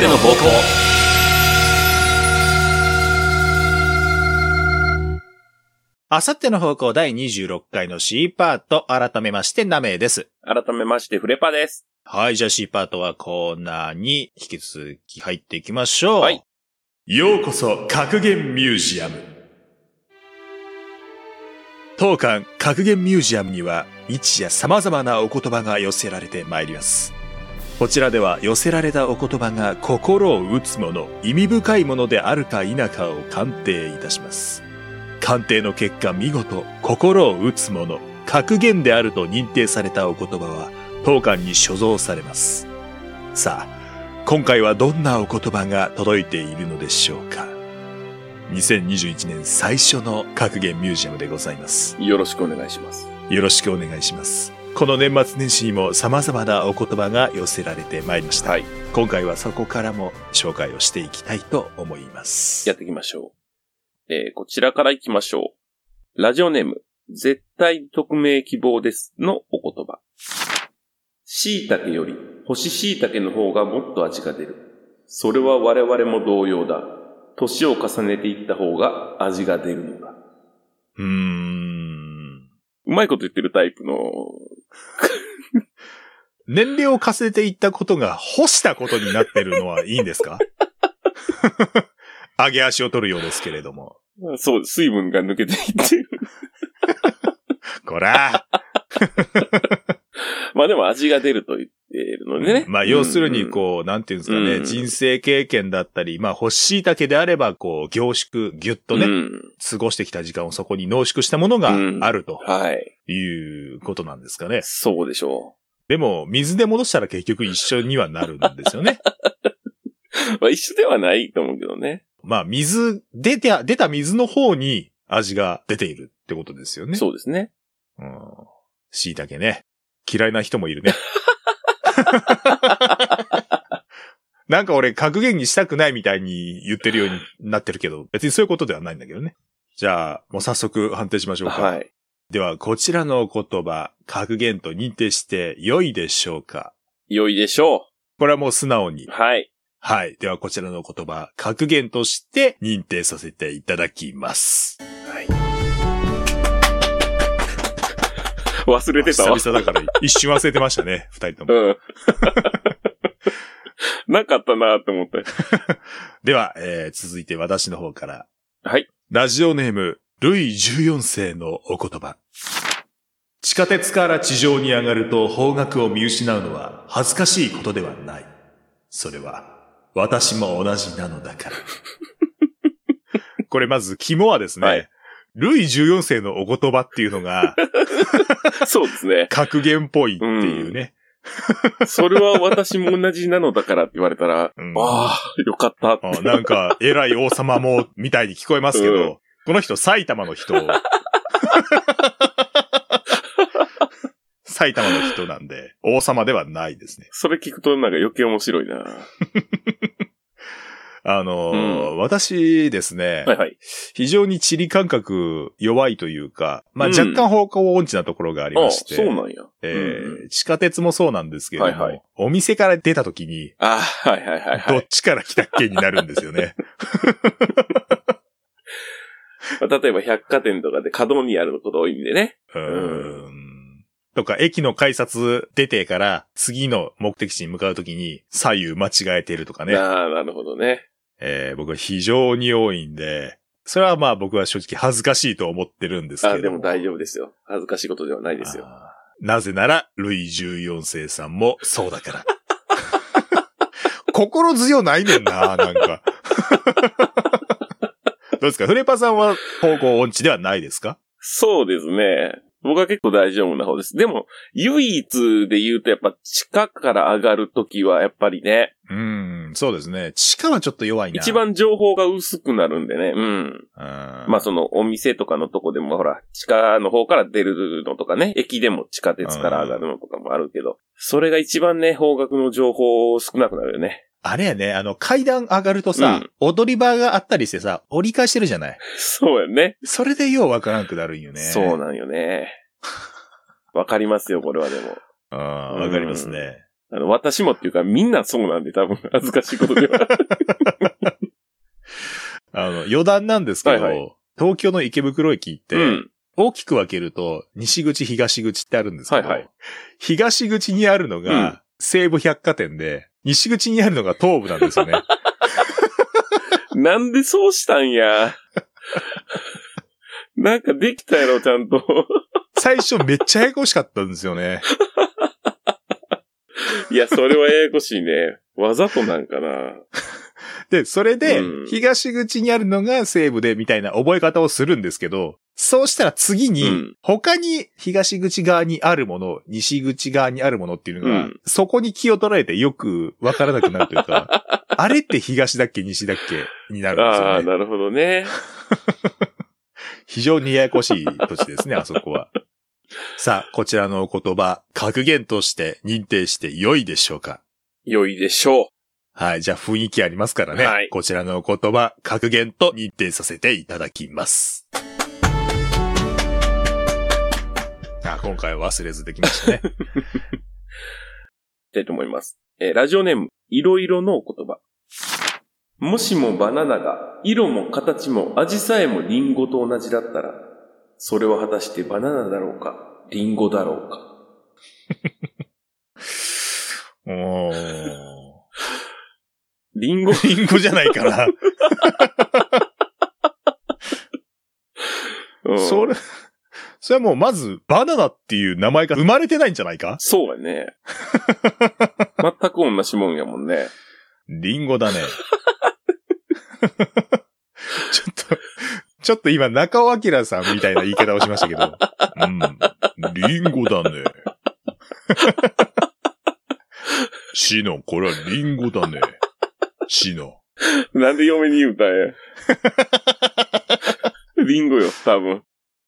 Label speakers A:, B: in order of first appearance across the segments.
A: ルの方向
B: あさっての方向第26回の C パート、改めましてナメです。
A: 改めまして、フレパです。
B: はい、じゃあ C パートはコーナーに引き続き入っていきましょう。
A: はい。
B: ようこそ、格言ミュージアム。当館格言ミュージアムには、日夜様々なお言葉が寄せられてまいります。こちらでは寄せられたお言葉が心を打つもの、意味深いものであるか否かを鑑定いたします。鑑定の結果見事、心を打つもの、格言であると認定されたお言葉は、当館に所蔵されます。さあ、今回はどんなお言葉が届いているのでしょうか。2021年最初の格言ミュージアムでございます。
A: よろしくお願いします。
B: よろしくお願いします。この年末年始にも様々なお言葉が寄せられてまいりました。
A: はい。
B: 今回はそこからも紹介をしていきたいと思います。
A: やっていきましょう。えー、こちらから行きましょう。ラジオネーム、絶対匿名希望ですのお言葉。椎茸より干し椎茸の方がもっと味が出る。それは我々も同様だ。年を重ねていった方が味が出るのだ。
B: うーん。
A: うまいこと言ってるタイプの、
B: 年齢を重ねていったことが干したことになってるのはいいんで すか上げ足を取るようですけれども。
A: そう、水分が抜けていってる。
B: こら、
A: まあでも味が出ると言っているのでね。
B: まあ要する
A: うんう
B: に
A: ん
B: こう、なんていうんですかね、
A: うん
B: 人生経験だったり、まあ欲しいだけであればこう、凝縮、ぎゅっとね、
A: うん
B: 過ごしてきた時間をそこに濃縮したものがあると
A: はい。
B: いうことなんですかね。
A: そうでしょ
B: でも、水で戻したら結局一緒にはなるんです よね。
A: う。まあ一緒ではないと思うけどね。
B: まあ水、出て、出た水の方に味が出ているってことですよね。
A: そうですね。
B: うん。椎茸ね。嫌いな人 もいるね。なんか俺格言にしたくないみたいに言ってるようになってるけど、別にそういうことではないんだけどね。じゃあ、もう早速判定しましょうか。
A: はい。
B: では、こちらのお言葉、格言と認定して良いでしょうか
A: 良いでしょ
B: これはもう素直に
A: う。。はい。
B: はい。では、こちらのお言葉、格言として認定させていただきます。
A: はい。忘れてたわ。
B: 久々だから、一瞬忘れてましたね、二人とも。
A: うん。 なかったなと思ったよ
B: では、えー続いて私の方から。
A: はい。
B: ラジオネーム、ルイ14世のお言葉。地下鉄から地上に上がると方角を見失うのは恥ずかしいことではない。それは、私も同じなのだ から。これまず、肝はですね、
A: はい
B: ルイ14世のお言葉っていうのが、
A: そうですね。
B: 格言っぽいっていうね。
A: それは私も同じなのだからって言われたら、
B: うん
A: ああ、よかったって。
B: あなんか、偉い王様も、みたいに聞こえますけど、
A: うん
B: この人、埼玉 の人。埼玉の人なんで、王様ではないですね。
A: それ聞くとなんか余計面白いな。は
B: あのー
A: う
B: 私ですね、
A: いはい。
B: 非常に地理感覚弱いというか、まあ、
A: うん
B: 若干方向音痴なところがあり
A: あ
B: ま
A: あ、
B: して、
A: そうなんや。
B: えー
A: うん
B: 地下鉄もそうなんですけれども、
A: はいはい
B: お店から出た時に、
A: ああ、はいはいはいは
B: どっちから来たっけになるんですよね。
A: い。例えば百貨店とかで角にあること多いんでね。
B: うーんとか、駅の改札出てから次の目的地に向かうときに左右間違えてるとかね、
A: ああ、なるほどね。
B: えー僕は非常に多いんで、それはまあ僕は正直恥ずかしいと思ってるんですけ
A: あ
B: ど。
A: あ、でも大丈夫ですよ。恥ずかしいことではないですよ。
B: あーなぜなら、ルイ14世さんもそうだ から。心強ないねんな、なんか。 どうですかフレパさんは方向音痴ではないですか
A: そうですね。僕は結構大丈夫な方です。でも、唯一で言うとやっぱ地下から上がるときはやっぱりね、
B: うーん、そうですね。地下はちょっと弱いな。
A: 一番情報が薄くなるんでね。うん。
B: うん。ま
A: まあそのお店とかのとこでもほら、地下の方から出るのとかね、駅でも地下鉄から上がるのとかもあるけど、それが一番ね、方角の情報少なくなるよね。
B: あれやね、あの、階段上がるとさ、
A: うん
B: 踊り場があったりしてさ、折り返してるじゃない
A: そうやね。
B: それでようわからんくなるんよね。
A: そう
B: な。
A: なんよね。わかりますよ、これはでも。
B: ああ、わかりますね。
A: あの、私もっていうか、みんなそうなんで、多分、恥ずかしいことでは。
B: あの、余談なんですけど、
A: はい
B: 東京の池袋駅って、
A: うん。
B: 大きく分けると、西口、東口ってあるんですけど、
A: はいはい
B: 東口にあるのが、
A: うん
B: 西武百貨店で、西口にあるのが東武なんです よね。
A: なんでそうしたん や。なんかできたやろ、ちゃんと。
B: 最初めっちゃややこしかったんですよね。
A: いや、それはややこしいね。わざとなんかな。
B: で、それで
A: うん、
B: 東口にあるのが西武で、みたいな覚え方をするんですけど、そうしたら次
A: う
B: に
A: ん、
B: 他に東口側にあるもの、西口側にあるものっていうのが、
A: うん
B: そこに気を取られてよくわからなくなるというか、 あれって東だっけ西だっけになるんです
A: あ
B: よ
A: あ、
B: ね。
A: なるほどね。
B: 非常にややこしい土地ですね、あそこは。さあ、こちらのお言葉、格言として認定して良いでしょうか
A: 良いでしょ
B: はい。じゃあ雰囲気ありますからね。
A: はい
B: こちらのお言葉、格言と認定させていただきます。あ、今回は忘れずできましたね。
A: う。ってと思います。えーラジオネーム、いろいろのお言葉。もしもバナナが、色も形も味さえもリンゴと同じだったら、それは果たしてバナナだろうか、リンゴだろうか。
B: お
A: リンゴ、
B: ー。リンゴじゃないから。
A: うん
B: それ、それはもうまず、バナナっていう名前が生まれてないんじゃないか
A: そうや ね。全く同じもんやもんね。
B: リンゴだね。 ちょっと、ちょっと今中尾明さんみたいな言い方をしましたけど。うん。リンゴだね。シノ、これはリンゴだね。シノ。
A: なんで嫁に言うたん や。リンゴよ、多分。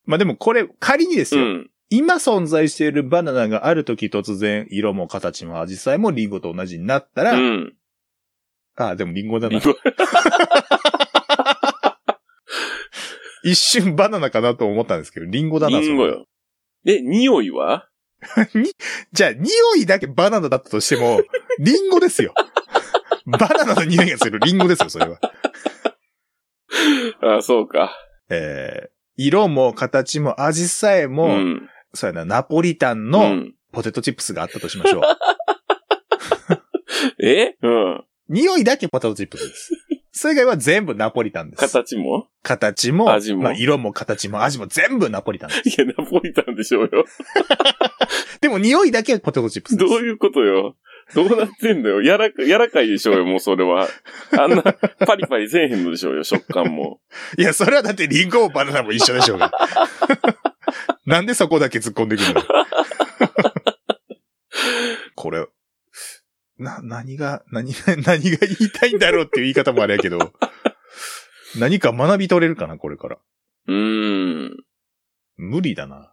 B: まあ、でもこれ仮にです
A: う
B: よ。
A: ん。
B: 今存在しているバナナがある時突然色も形も味さえもリンゴと同じになったら、
A: うん。
B: ああ、でもリンゴだ
A: リ
B: な
A: ン。ゴ
B: 一瞬バナナかなと思ったんですけど、リンゴだな。それ
A: リンゴよ。え、匂いは
B: じゃあ、匂いだけバナナだったとして も、リンゴですよ。バナナの匂いがするリンゴですよ、それは。
A: あ、そうか。
B: えー、色も形も味さえも、
A: ん。
B: そうやな、ナポリタン
A: う
B: の
A: ん
B: ポテトチップスがあったとし ましょう。
A: えうん。
B: 匂いだけポテトチップスです。それ以外は全部ナポリタンです。
A: 形 も
B: 形も、
A: 味も
B: まあ、色も形も味も全部ナポリタンです。
A: いや、ナポリタンでしょうよ。
B: でも匂いだけポテトチップスで
A: ど
B: す。
A: ういうことよ。どうなってんだよ。やらか、やらかいでしょうよ、もうそれは。あんな、パリパリせえへんのでしょうよ、食感も。
B: いや、それはだってリンゴもバナナも一緒でしょうが。なんでそこだけ突っ込んでくるの これ、な、何が、何が、何が言いたいんだろうっていう言い方もあれやけど、何か学び取れるかな、これから。
A: うーん。
B: 無理だな。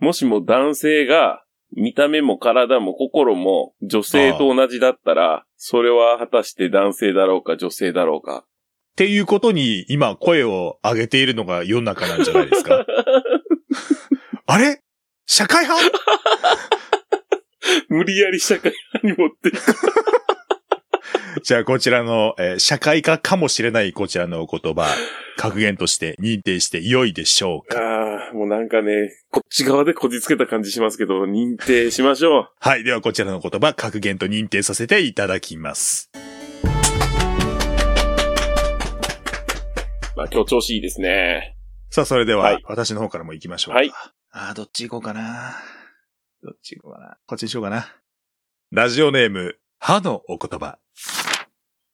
A: もしも男性が見た目も体も心も女性と同じだったら、それは果たして男性だろうか女性だろうか。
B: っていうことに今声を上げているのが世の中なんじゃないですか。あれ社会派
A: 無理やり社会派に持っていく。
B: じゃあ、こちらの、えー社会科かもしれないこちらのお言葉、格言として認定して良いでしょうか。
A: ああ、もうなんかね、こっち側でこじつけた感じしますけど、認定しましょう。
B: はい。では、こちらの言葉、格言と認定させていただきます。
A: まあ今日調子いいですね。
B: さあ、それでは、
A: はい
B: 私の方からも行きましょうか。
A: はい。
B: あー、どっち行こうかな。どっち行こうかな。こっちにしようかな。ラジオネーム、歯のお言葉。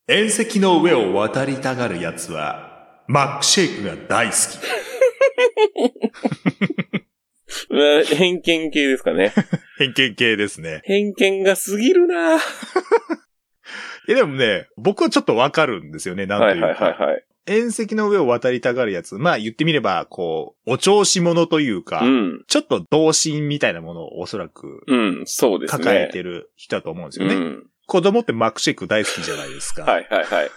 B: 縁石の上を渡りたがるやつは、マックシェイクが大好き。
A: うん偏見系ですか ね。
B: 偏見系ですね。
A: 偏見が過ぎるなはい
B: や、でもね、僕はちょっとわかるんですよね、なん
A: は
B: と
A: い
B: い
A: う
B: か。
A: はいはい。
B: 縁石の上を渡りたがるやつ。まあ言ってみれば、こう、お調子者というか、
A: うん。
B: ちょっと童心みたいなものをおそらく
A: うん、そうですね。
B: 抱えてる人だと思うんですよね。
A: うん。
B: 子供ってマックシェイク大好きじゃないですか。
A: はいはいはい。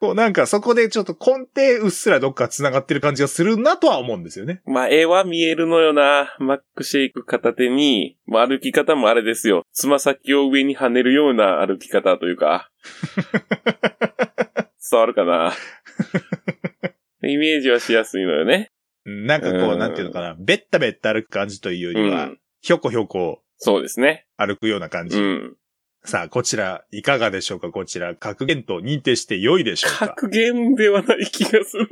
B: こうなんかそこでちょっと根底うっすらどっか繋がってる感じがするなとは思うんですよね。
A: まあ、絵は見えるのよな。マックシェイク片手に、まあ、歩き方もあれですよ。つま先を上に跳ねるような歩き方という か。伝わるかな。イメージはしやすいのよね。
B: なんかこ
A: う
B: う、
A: ん
B: なんていうのかな、べったべった歩く感じというよ
A: う
B: りは、
A: ん。
B: ひょこひょこ
A: そうですね。
B: 歩くような感
A: う
B: じ。
A: ん。
B: さあ、こちら、いかがでしょうかこちら、格言と認定して良いでしょう か
A: 格言ではない気がする。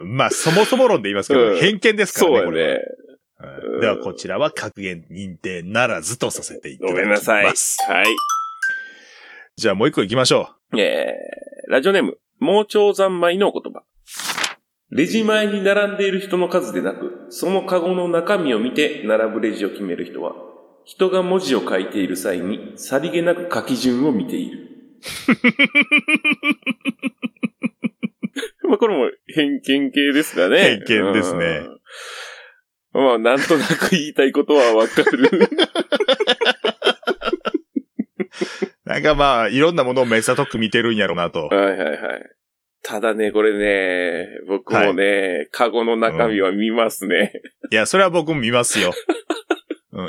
B: うん、まあ、そもそも論で言いますけ
A: う
B: ど、
A: ん
B: 偏見ですから
A: そ
B: ね、
A: う
B: こ
A: や
B: れ
A: ね
B: は。。うんでは、こちらは格言認定ならずとさせていただき
A: ご
B: ます。
A: めんなさい。はい。
B: じゃあ、もう一個行きましょう。
A: えー、ラジオネーム、盲腸三昧のお言葉。レジ前に並んでいる人の数でなく、そのカゴの中身を見て並ぶレジを決める人は、人が文字を書いている際に、さりげなく書き順を見てい る。まあこれも偏見系ですかね。
B: 偏見ですね
A: うん。まあ、なんとなく言いたいことはわかる。
B: なんかまあ、いろんなものをめさとく見てるんやろうなと。
A: はいはいはい。ただね、これね、僕もね、カゴの中身は見ますね。
B: いや、それは僕も見ますよ。うん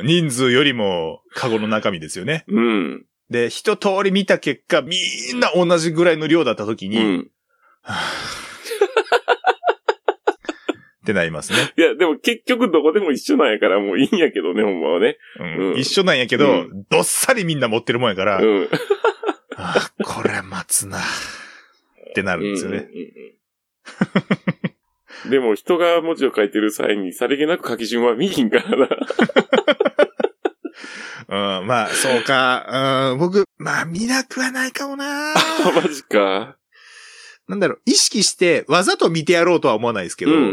B: 人数よりも、カゴの中身ですよね。
A: うん。
B: で、一通り見た結果、みんな同じぐらいの量だった時
A: う
B: に、
A: ん。
B: ってなりますね。
A: いや、でも結局どこでも一緒なんやからもういいんやけどね、ほんまはね。
B: うん
A: うん
B: 一緒なんやけど、
A: う
B: どっさりみんな持ってるもんやから、
A: うん。
B: あーこれ待つな。ってなるんですよね。
A: うんうんうんでも人が文字を書いてる際にさりげなく書き順は見ひんから な。
B: うん、まあ、そうか。うん、僕、まあ、見なくはないかもな。
A: マジか。
B: なんだろう、意識して、わざと見てやろうとは思わないですけ
A: うん
B: ど、
A: うんう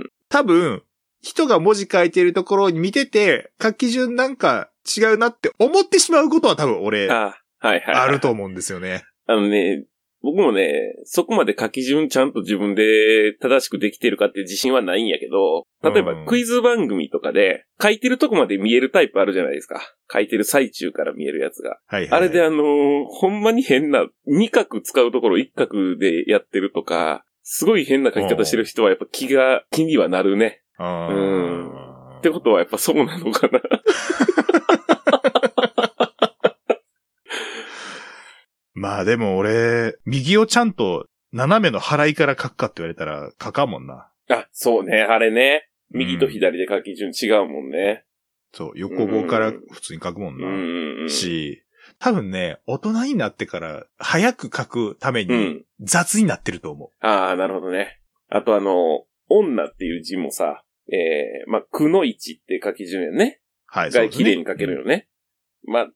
A: ん。
B: 多分、人が文字書いてるところに見てて、書き順なんか違うなって思ってしまうことは多分俺、
A: あ、はいはい。
B: あると思うんですよね。
A: あのね、僕もね、そこまで書き順ちゃんと自分で正しくできてるかって自信はないんやけど、例え
B: う
A: ば
B: ん
A: クイズ番組とかで書いてるとこまで見えるタイプあるじゃないですか。書いてる最中から見えるやつが。
B: はいはい。
A: あれであのーほんまに変な、二角使うところ一角でやってるとか、すごい変な書き方してる人はやっぱ気が、気にはなるね。
B: うん。
A: うんってことはやっぱそうなのかな。
B: まあでも俺、右をちゃんと斜めの払いから書くかって言われたら書かんもんな。
A: あ、そうね、あれね。右と
B: うん
A: 左で書き順違うもんね。
B: そう、横棒から普通に書くもん
A: うん
B: な。
A: うんうん。
B: し、多分ね、大人になってから早く書くため
A: う
B: に
A: ん。
B: 雑になってると思
A: ああ、なるほどね。あとあの、女っていう字もさ、えー、まあ、くの一って書き順やね。
B: う。はい、そう
A: が
B: ですね
A: 綺麗に書けるよね。まあ、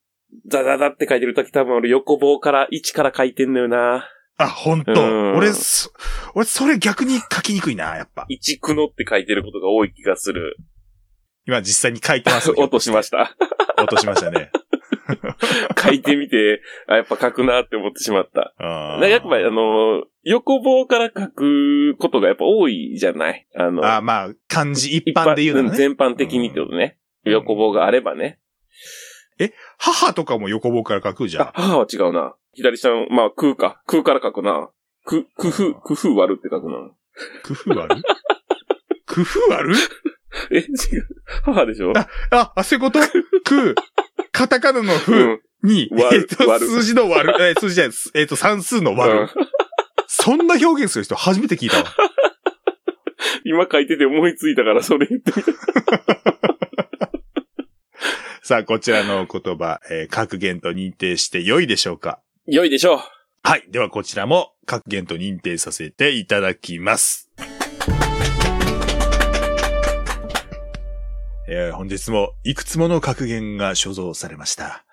A: ザザザって書いてるとき多分俺横棒から1から書いてんのよな。
B: あ、本当
A: うん
B: 俺、そ俺、それ逆に書きにくいな、やっぱ。
A: 一くのって書いてることが多い気がする。
B: 今実際に書いてます よ。
A: 落としました。
B: 落としましたね。
A: 書いてみて、あ、やっぱ書くなって思ってしまった。
B: あ
A: なんかやっぱりあの、横棒から書くことがやっぱ多いじゃないあの、
B: あーまあ、漢字一般で言う
A: 一
B: の
A: 般
B: ね。
A: 全般的にってことね。
B: うん
A: 横棒があればね。
B: 母とかも横棒から書くじゃ
A: あ
B: ん、。
A: 母は違うな。左下の、まあ、空か。空から書くな。く、工夫、工夫割るって書くな。
B: 工夫ある工夫ある
A: え、違う。母でしょ
B: あ、あ、そう いうことく、カタカナの
A: う
B: ふ
A: ん。
B: に、
A: 割
B: え
A: る
B: っと、
A: 割る
B: 数字の割る、えー数字じゃないです、えっと、算数の割
A: う
B: る
A: ん。
B: そんな表現する人初めて聞いたわ。
A: 今書いてて思いついたからそれ言ってみた。
B: さあ、こちらの言葉、えー格言と認定して良いでしょうか
A: 良いでしょう。
B: はい。では、こちらも格言と認定させていただきます。えー本日もいくつもの格言が所蔵されました。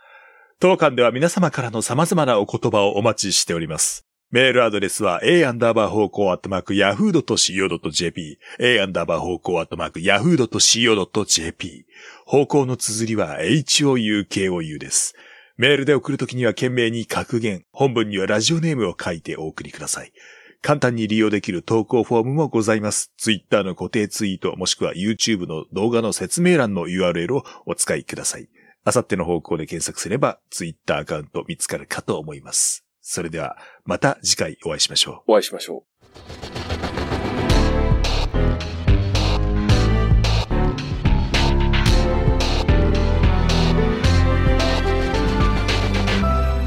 B: 当館では皆様からの様々なお言葉をお待ちしております。メールアドレスは a アンダーバー方向アットマーク yahoo.co.jp a アンダーバー方向アットマーク yahoo.co.jp 方向の綴りは houkou です。メールで送るときには懸命に格言、本文にはラジオネームを書いてお送りください。簡単に利用できる投稿フォームもございます。Twitter の固定ツイートもしくは YouTube の動画の説明欄の URL をお使いください。あさっての方向で検索すれば、ツイッターアカウント見つかるかと思います。それでは、また次回お会いしましょう。
A: お会いしましょう。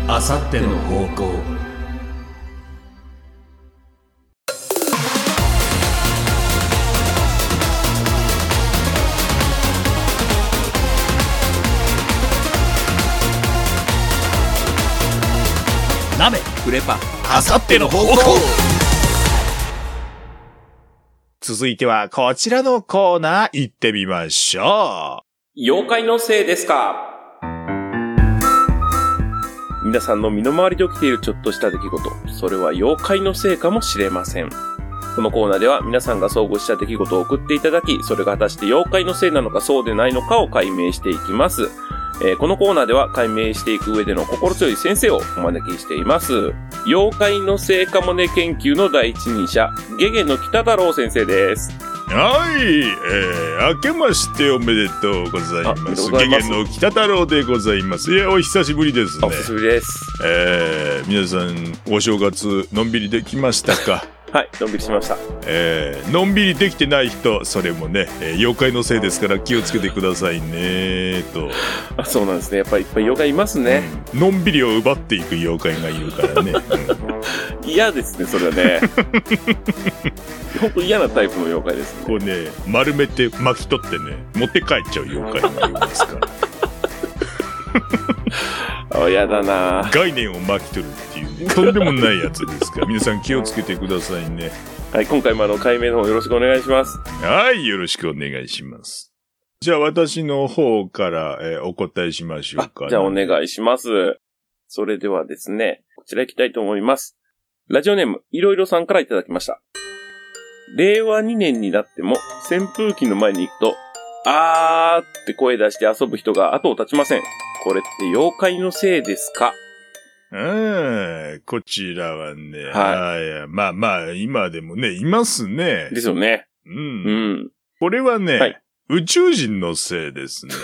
B: あさっての方向
C: なめ
D: フレパ
C: あさっての方向
B: 続いてはこちらのコーナー行ってみましょ
A: 妖怪のせいですか皆さんの身の回りで起きているちょっとした出来事、それは妖怪のせいかもしれません。このコーナーでは皆さんが遭遇した出来事を送っていただき、それが果たして妖怪のせいなのかそうでないのかを解明していきます。えーこのコーナーでは解明していく上での心強い先生をお招きしています。妖怪のせいかもね研究の第一人者、ゲゲの北太郎先生です。
B: うはい、えー、明けましておめでとうござい
A: あおめ
B: ま
A: でと
B: す。
A: うござ
B: ゲ
A: いま
B: ゲ
A: す
B: の北太郎でございます。いや、お久しぶりです
A: お
B: ね。
A: 久しぶりです。
B: えー、皆さん、お正月、のんびりできましたか
A: はい、のんびりしました。
B: えー、のんびりできてない人、それもね、えー妖怪のせいですから気をつけてくださいね、と。
A: あそうなんですね。やっぱりいっぱい妖怪いますね。
B: うんのんびりを奪っていく妖怪がいるからね。うん
A: 嫌ですね、それは ね。本当嫌なタイプの妖怪ですね。
B: こうね、丸めて巻き取ってね、持って帰っちゃう妖怪がいるんですから。
A: あ嫌だな
B: 概念を巻き取るっていう、ね、とんでもないやつですから、皆さん気をつけてくださいね。
A: はい、今回もあの、解明の方よろしくお願いします。
B: はい、よろしくお願いします。じゃあ私の方から、えーお答えしましょうか、
A: じゃあお願いします。それではですね、こちら行きたいと思います。ラジオネーム、いろいろさんからいただきました。令和2年になっても、扇風機の前に行くと、あーって声出して遊ぶ人が後を絶ちません。これって妖怪のせいですか
B: うん、こちらはね、
A: は
B: はいや、まあまあ、今でもね、いますね。
A: ですよね。
B: うん。
A: うん。
B: これはね、
A: はい
B: 宇宙人のせいですね。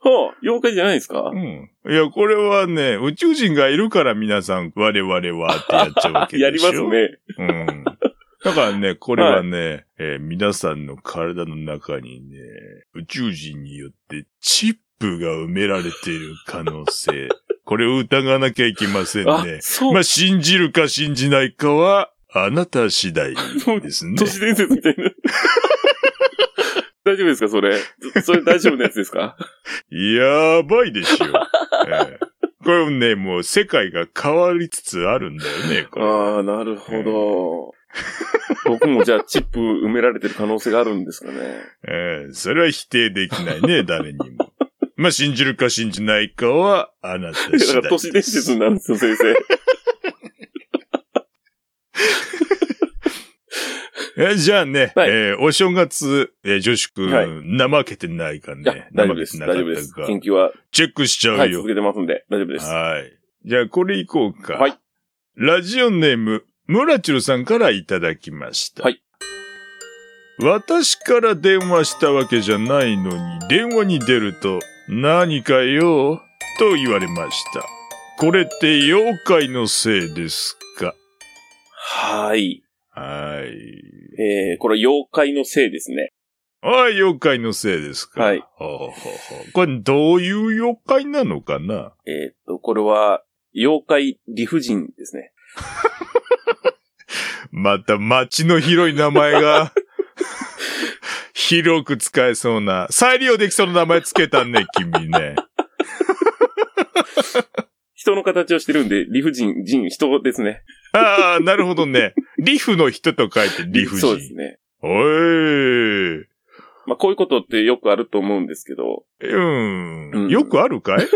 A: はあ、妖怪じゃないですか
B: うん。いや、これはね、宇宙人がいるから皆さん、我々はってやっちゃうわけで しょ。
A: やりますね。
B: うん。だからね、これはね、えー皆さんの体の中にね、宇宙人によってチップが埋められている可能性。これを疑わなきゃいけません
A: あ
B: ね、。
A: そう、
B: まあ、信じるか信じないかは、あなた次第ですね
A: 都。市伝説みたいな。 大丈夫ですかそれ。それ大丈夫なやつですか
B: やばいでしょ。ええこれね、もう世界が変わりつつあるんだよね、これ。
A: ああ、なるほど。僕もじゃあチップ埋められてる可能性があるん ですかね。
B: ええそれは否定できな いね、誰にも。まあ、信じるか信じないかは、あなた次第
A: だ
B: です。
A: から都市伝説になるんですよ、 先生。
B: えじゃあね、
A: はい
B: えーお正月、えー、女子くん、
A: はい
B: 怠けてないか
A: いや
B: ね。
A: 大丈夫です。大丈夫です。
B: か
A: 研究は、
B: チェックしちゃ
A: は
B: う
A: い、
B: よ。
A: 続
B: は
A: けてますんで、大丈夫で
B: い。
A: す。
B: じゃあ、これいこうか。
A: はい。
B: ラジオネーム、ムラチュルさんからいただきました。
A: はい。
B: 私から電話したわけじゃないのに、電話に出ると、何かよ、と言われました。これって妖怪のせいですか
A: はい。
B: はい。
A: えー、これ妖怪のせいですね。
B: ああ、妖怪のせいですか。
A: はい
B: ほうほうほうこれ、どういう妖怪なのかな
A: えーっと、これは、妖怪理不尽ですね。
B: また、町の広い名前が、広く使えそうな、再利用できそうな名前つけたね、君ね。
A: 人の形をしてるんで、理不尽、人、人ですね。
B: ああ、なるほどね。リフの人と書いてリフ
A: そうです
B: 人。
A: ね。
B: おい。
A: まあ、こういうことってよくあると思うんですけど、
B: うん。
A: うん
B: よくあるかい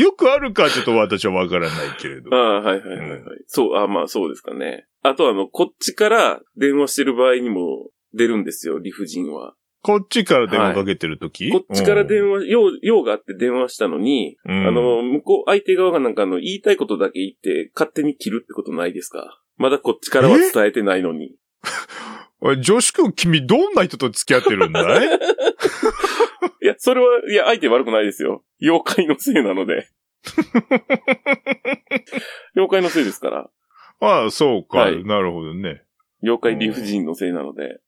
B: よくあるかちょっと私はわからないけれど
A: あ。あ、はいはいはい、はいそう、ああまあそうですかね。あとあの、こっちから電話してる場合にも出るんですよ、理不尽は。
B: こっちから電話かけてるとき、
A: こっちから
B: うん
A: 電話、用、用があって電話したのに、
B: うん
A: あの、向こう、相手側がなんかあの、言いたいことだけ言って、勝手に切るってことないですかまだこっちからは伝えてないのに。
B: おい女子君、君、どんな人と付き合ってるん だい
A: いや、それは、いや、相手悪くないですよ。妖怪のせいなの で。妖怪のせいですから。
B: ああ、そうか、
A: はい
B: なるほどね。
A: 妖怪理不尽のせいなので。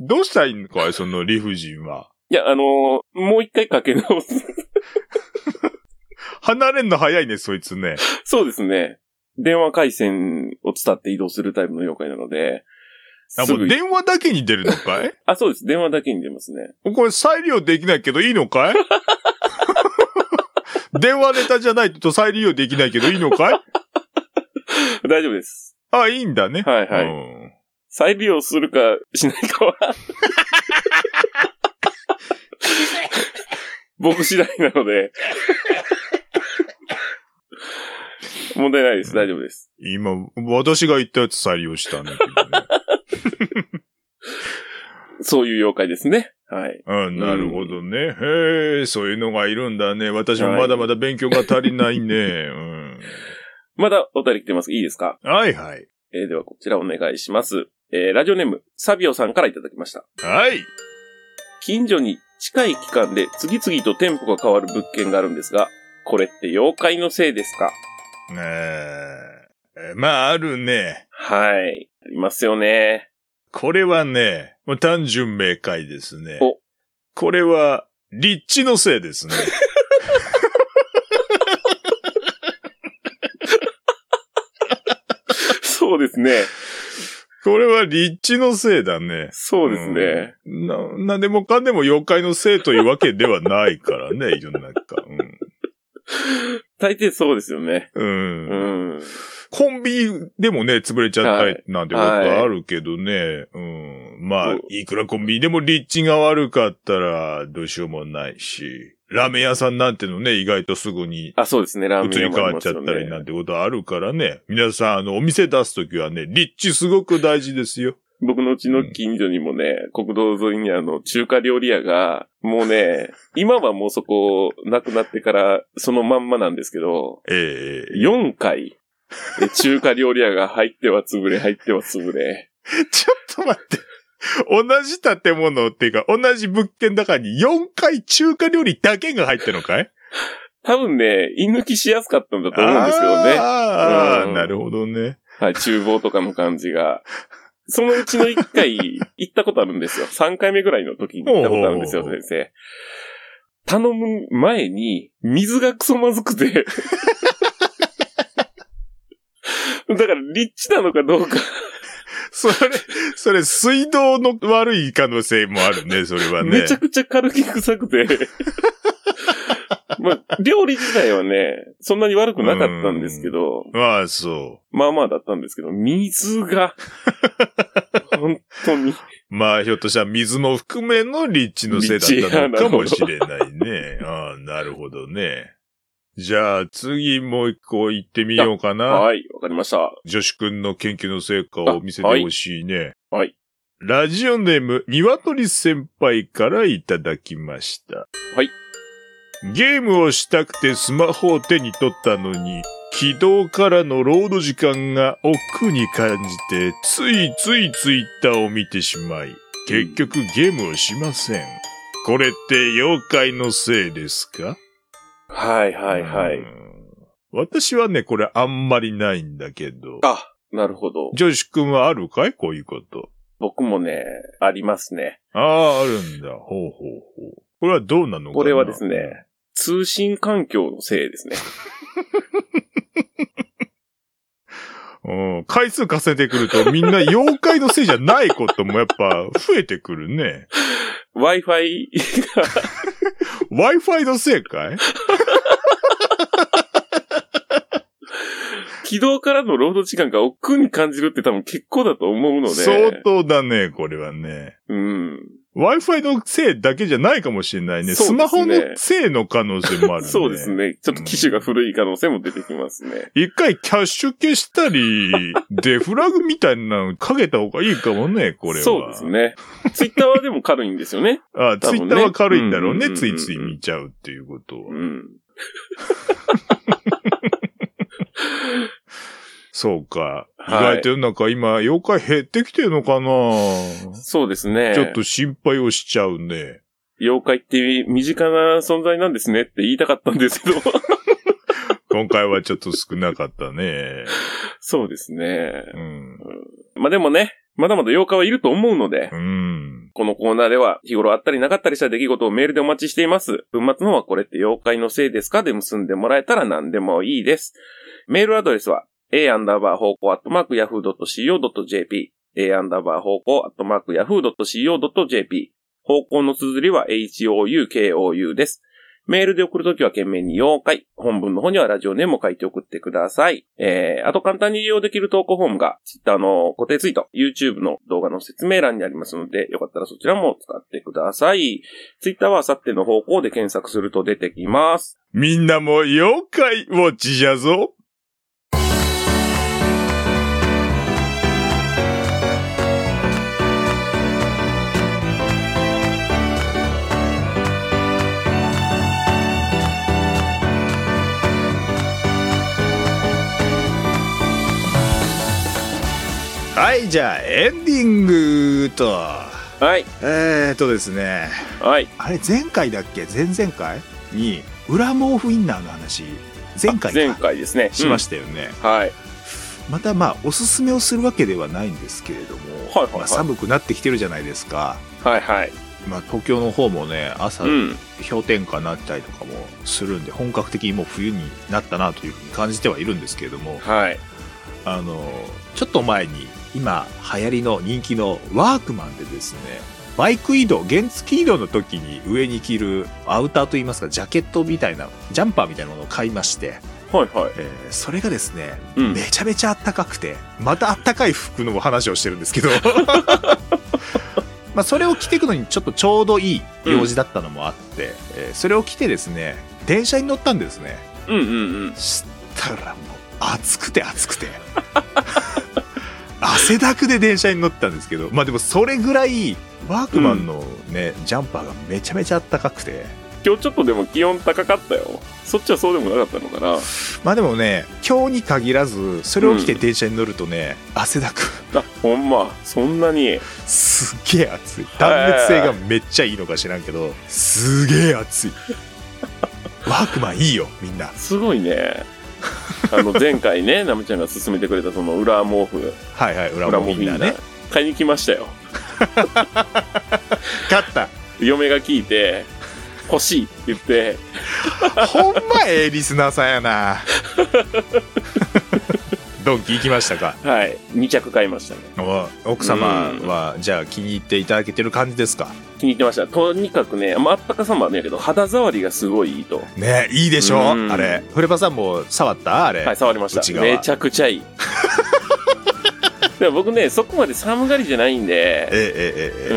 B: どうしたらいいのかいその理不尽は。
A: いや、あのーもう一回かけ直す。
B: 離れんの早いね、そいつね。
A: そうですね。電話回線を伝って移動するタイプの妖怪なので。
B: あ、
A: す
B: もう
A: ぐ
B: 電話だけに出るのかい
A: あ、そうです。電話だけに出ますね。
B: これ再利用できないけどいいの かい電話ネタじゃないと再利用できないけどいいのかい
A: 大丈夫です。
B: あ、いいんだね。
A: はいはい
B: うん
A: 再利用するかしないかは。僕次第なので。問題ないです。大丈夫です。
B: 今、私が言ったやつ再利用したんだけどね。
A: そういう妖怪ですね。はい。
B: うん、なるほどね。へえ、そういうのがいるんだね。私もまだまだ勉強が足りないね。うん。
A: まだお便り来てます。いいですか
B: はいはい。
A: えーではこちらお願いします。えーラジオネーム、サビオさんからいただきました。
B: はい。
A: 近所に近い期間で次々と店舗が変わる物件があるんですが、これって妖怪のせいですか
B: えー、まあ、あるね。
A: はい。ありますよね。
B: これはね、もう単純明快ですね
A: お。
B: これは、立地のせいです ね。
A: そうですね。
B: これは立地のせいだね。
A: そうですね。
B: うん。な、なんでもかんでも妖怪のせいというわけではないから ね、世の中。
A: 大抵そうですよね。
B: うん。
A: う
B: うん。
A: ん。
B: コンビニでもね、潰れちゃったりなんてことはあるけどね。うん。
A: う
B: まあ
A: ん、
B: いくらコンビニでも立地が悪かったら、どうしようもないし。ラーメン屋さんなんてのね、意外とすぐに
A: あ、そうですね。ラー
B: 移
A: メン屋
B: り
A: も
B: 変
A: あ
B: わ
A: り
B: っ
A: ます
B: ちゃ
A: よ
B: ったり
A: ね
B: なんてことあるからね。皆さん、あの、お店出すときはね、立地すごく大事ですよ。
A: 僕のうちの近所にもね、国道沿いにあの、中華料理屋が、もうね、 今はもうそこ、なくなってから、そのまんまなんですけど、
B: ええ
A: 4回、え中華料理屋が入っては潰れ、入っては潰れ。
B: ちょっと待って。同じ建物っていうか、同じ物件の中に4回中華料理だけが入ってるのかい
A: 多分ね、居抜きしやすかったんだと思うんですけどね。
B: あーあー、
A: うん
B: なるほどね。
A: はい、厨房とかの感じが。そのうちの1回、 行ったことあるんですよ。3回目ぐらいの時に行ったことあるんですよ、
B: おうおうお
A: 先生。頼む前に、水がクソまずく て。だから、立地なのかどうか。
B: それ、それ、水道の悪い可能性もあるね、それはね。
A: めちゃくちゃ軽気臭くて。まあ、料理自体はね、そんなに悪くなかったんですけど、
B: まあ、そ
A: まあまあだったんですけど、水 が、本当に。
B: う。まあ、ひょっとしたら水も含めの立地のせいだったのかもしれないね。ああ、なるほどね。じゃあ、次もう一個行ってみようかな。
A: はい、わかりました。
B: 女子くんの研究の成果を見せてほしいね。
A: あはい。
B: ラジオネーム、鶏先輩からいただきました。
A: はい。
B: ゲームをしたくてスマホを手に取ったのに、起動からのロード時間が億劫に感じて、ついついツイッターを見てしまい、結局ゲームをしません。これって妖怪のせいですか
A: はいはいは
B: う
A: い。
B: ん私はね、これあんまりないんだけど。
A: あ、なるほど。
B: 女子くんはあるかいこういうこと。
A: 僕もね、ありますね。
B: ああ、あるんだ。ほうほうほう。これはどうなのかな
A: これはですね、通信環境のせいですね。
B: うん。回数稼いでくるとみんな妖怪のせいじゃないこともやっぱ増えてくるね。
A: Wi-Fi、
B: Wi-Fi のせいかい
A: 起動からの労働時間が億劫に感じるって多分結構だと思うので。
B: 相当だね、これはね。
A: うん。
B: Wi-Fi のせいだけじゃないかもしれないね。ス
A: そう
B: マ
A: ですね
B: ホのせいの可能性もあるね。
A: そうです。ね。ちょっと機種が古い可能性も出てきますね。
B: 一回キャッシュ消したり、デフラグみたいなのかけた方がいいかもね、これは。
A: そうですね。ツイッターはでも軽いんですよね。
B: あ、
A: 多
B: ツイ
A: 分ね
B: ッターは軽いんだろう
A: うんうんうんう
B: ね。
A: ん
B: ついつい見ちゃうっていうことは。
A: うん。
B: そうか。
D: 意外と世の中今、妖怪減ってきてるのかな
A: そうですね。
D: ちょっと心配をしちゃうね。
A: 妖怪って身近な存在なんですねって言いたかったんですけ ど。
D: 今回はちょっと少なかったね。
A: そうですね。
D: うん。
A: まあでもね、まだまだ妖怪はいると思うので、
D: うん。
A: このコーナーでは日頃あったりなかったりした出来事をメールでお待ちしています。文末の方はこれって妖怪のせいですかで結んでもらえたら何でもいいです。メールアドレスは a アンダーバー方向アットマーク yahoo.co.jp a アンダーバー方向アットマーク yahoo.co.jp 方向の綴りは houkou です。メールで送るときは懸命に妖怪。本文の方にはラジオネームを書いて送ってください。えー、あと簡単に利用できる投稿フォームが Twitter の固定ツイート、YouTube の動画の説明欄にありますので、よかったらそちらも使ってください。Twitter はあさっての方向で検索すると出てきます。
D: みんなも妖怪ウォッチじゃぞ。はい、じゃあエンディングと。
A: はい。
D: えーとですね。
A: はい。
B: あれ前回だっけ前々回に裏毛布インナーの話前回か
A: 前回ですね。
B: しましたよね、
A: た。はい。
B: またまあおすすめをするわけではないんですけれども、
A: はいはいはい
B: まあ寒くなってきてるじゃないですか、
A: はいはい。
B: まあ、東京の方もね朝
A: うん。
B: 氷点下になったりとかもするんで本格的にもう冬になったなというふうに感じてはいるんですけれども
A: はい。
B: あのちょっと前に今流行りの人気のワークマンでですねバイク移動原付移動の時に上に着るアウターといいますかジャケットみたいなジャンパーみたいなものを買いまして、
A: はいはい。
B: えーそれがですね
A: うん。
B: めちゃめちゃあったかくてまたあったかい服の話をしてる んですけどまあそれを着ていくのにちょっとちょうどいい用事だったのもあって、えーそれを着てですね電車に乗ったんですね
A: うんうんうん。
B: したらもう暑くて暑くて 汗だくで電車に乗ったんですけどまあでもそれぐらいワークマンのね、ジャンパーがめちゃめちゃあったかくて
A: 今日ちょっとでも気温高かったよ。そっちはそうでもなかったのかな。
B: まあでもね今日に限らずそれを着て電車に乗るとね、汗だく
A: あ、ほんま。そんなに。
B: すっげえ暑い断熱性がめっちゃいいのか知らんけどすげえ暑い ワークマンいいよみんな
A: すごいね。あの、前回ね、ナムちゃんが勧めてくれたその裏毛布、
B: はいはい裏
A: 裏
B: も
A: 毛
B: み
A: 布
B: ん
A: みん
B: な
A: な
B: ね
A: ね。買いに来ましたよ。
B: 勝った
A: 嫁が聞いて、欲しいって言って、
B: ほんまええリスナーさん やなドンキ行きましたか
A: はい。2着買いましたね。
B: お奥様はじゃあ気に入っていただけてる感じですか
A: 気に入ってました。とにかくね、まあ、あったかさもあるんやけど、肌触りがすごいいいと。
B: ねいいでしょ
A: うん
B: あれフレパさんも触ったあれ、
A: はい、触りまし
B: 内
A: た。
B: 側
A: めちゃくちゃ いい。でも僕ね、そこまで寒がりじゃないん
B: え
A: で、
B: えええ
A: う
B: ええ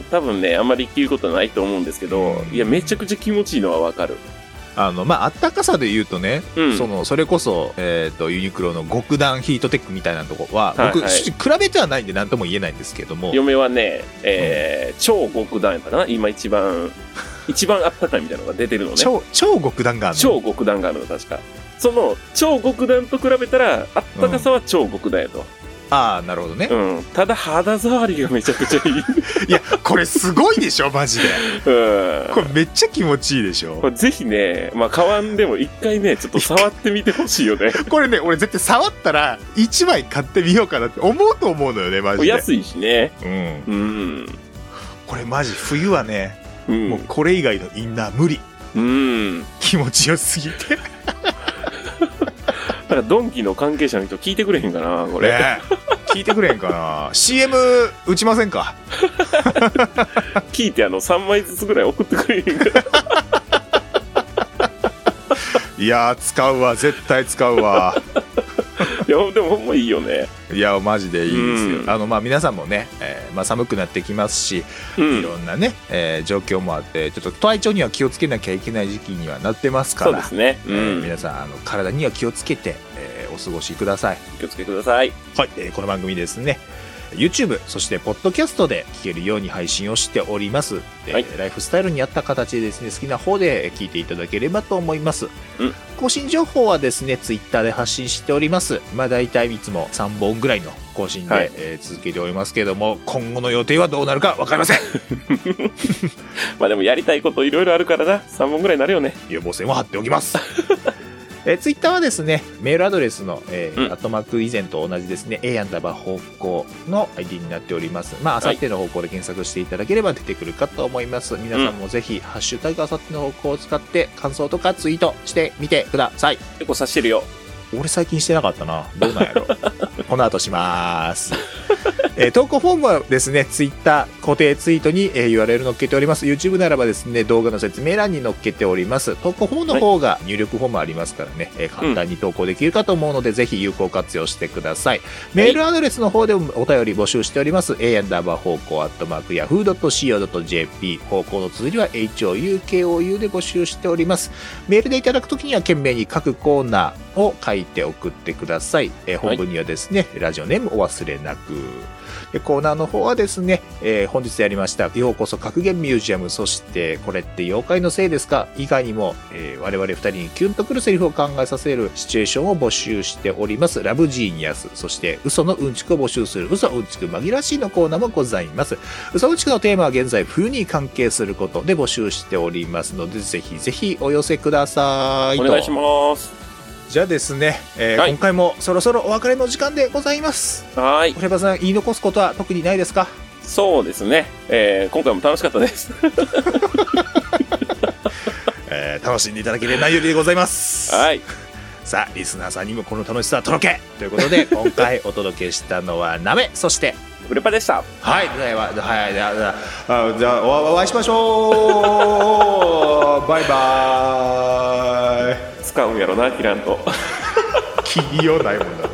A: ん、多分ね、あんまり着ることないと思うんですけど
B: う、ん
A: いや、めちゃくちゃ気持ちいいのはわかる。
B: あのまああったかさで言うとね
A: うん。
B: そのそれこそ、えー、とユニクロの極暖ヒートテックみたいなとこは、
A: はい
B: 僕
A: はい
B: し比べてはないんで何とも言えないんですけども
A: 嫁はね、えー超極暖やったかな今一 番、一番あったかいみたいなのが出てるのね。
B: 超超極暖があるの
A: 超極暖があるの、確か。その、超極暖と比べたら、あったかさは超極暖やと。
B: ああなるほどね、
A: うん。ただ、肌触りがめちゃくちゃい い。
B: いやこれすごいでしょマジで
A: うん。
B: これめっちゃ気持ちいいでし
A: こ
B: ょ
A: れぜひね、まあ、買わんでも一回ね、ちょっと触ってみてほしいよね。
B: これね俺絶対触ったら1枚買ってみようかなって思うと思うのよね マ
A: これ
B: ジで、
A: 安いしね。
B: う
A: う
B: ん、
A: ん。
B: これマジ冬はね、
A: う。
B: もうんこれ以外のインナー無理
A: うん。
B: 気持ちよすぎて
A: だから、ドンキの関係者の人聞いてくれへんかな、こ
B: こ
A: れ。
B: 聞いてくれへんかな CM 打ちませんか
A: 聞いて、あの、3枚ずつぐらい送ってくれへんかな。
B: いやー使うわ絶対使うわ
A: いや、でもほんまいいよね。
B: いやマジでいいですよ、
A: うん
B: あのまあ皆さんもね、えーまあ、寒くなってきますし、
A: う
B: い
A: ん。
B: ろんなね、えー状況もあってちょっと体調には気をつけなきゃいけない時期にはなってますか
A: そう
B: ら
A: ですね。う
B: えー
A: ん。
B: 皆さんあの体には気をつけて、えーお過ごしください
A: 気をつけてください。
B: はい、えーこの番組ですね、 YouTube、そしてポッドキャストで聞けるように配信をしております。で
A: はい
B: ライフスタイルに合った形でですね、好きな方で聞いていただければと思います。
A: うん
B: 更新情報はですね、Twitter で発信しております。まあ大体いつも3本ぐらいの更新で、
A: はい
B: えー続けておりますけども、今後の予定はどうなるかわかりません。
A: まあでもやりたいこといろいろあるからな。3本ぐらいになるよね。
B: 予防線を貼っておきます。 えツイッター Twitter はですね、メールアドレスの、えー
A: うん
B: アットマーク以前と同じですね、A アンダーバー方向の ID になっております。まあ、あさっての方向で検索していただければ出てくるかと思います。皆さんもぜひ、ハッシュタグあさっての方向を使って、感想とかツイートしてみてくだ さい。
A: 結構刺してるよ。
B: 俺最近してなかったな。どうなん やろ。この後します。えー投稿フォームはですね、ツイッター固定ツイートに、えー URL 載っけております。YouTube ならばですね、動画の説明欄に載っけております。投稿フォームの方が入力フォームありますからね、えー簡単に投稿できるかと思うので、ぜひ有効活用してください。メールアドレスの方でもお便り募集しております。a アンダーバー方向アットマーク yahoo.co.jp 方向の綴りは houkou で募集しております。メールでいただくときには懸命に各コーナーを書いて送ってください。えー
A: はい
B: 本文にはですね、ラジオネームお忘れなく。でコーナーの方はですね、えー本日やりました、ようこそ格言ミュージアム、そして、これって妖怪のせいですか以外にも、えー我々二人にキュンとくるセリフを考えさせるシチュエーションを募集しております。ラブジーニアス、そして、嘘のうんちくを募集する、嘘うんちく紛らしいのコーナーもございます。嘘うんちくのテーマは現在、冬に関係することで募集しておりますので、ぜひぜひお寄せください
A: お
B: と。
A: 願いします。
B: じゃあですね、えー
A: はい
B: 今回もそろそろお別れの時間でございます。
A: はーい
B: 小。山さん、言い残すことは特にないですか
A: そうですね。えー、今回も楽しかった です。
B: えー楽しんでいただける内容でございます。
A: はい。
B: さあ、リスナーさんにもこの楽しさを届けということ で、今回お届けしたのは、なめ、そして、
A: フレパでした。
B: はい、では、はい、では、ではあじゃあお、お会いしましょ うバイバーイ
A: 使うんやろな、キランと。
B: 切りようないもんだって。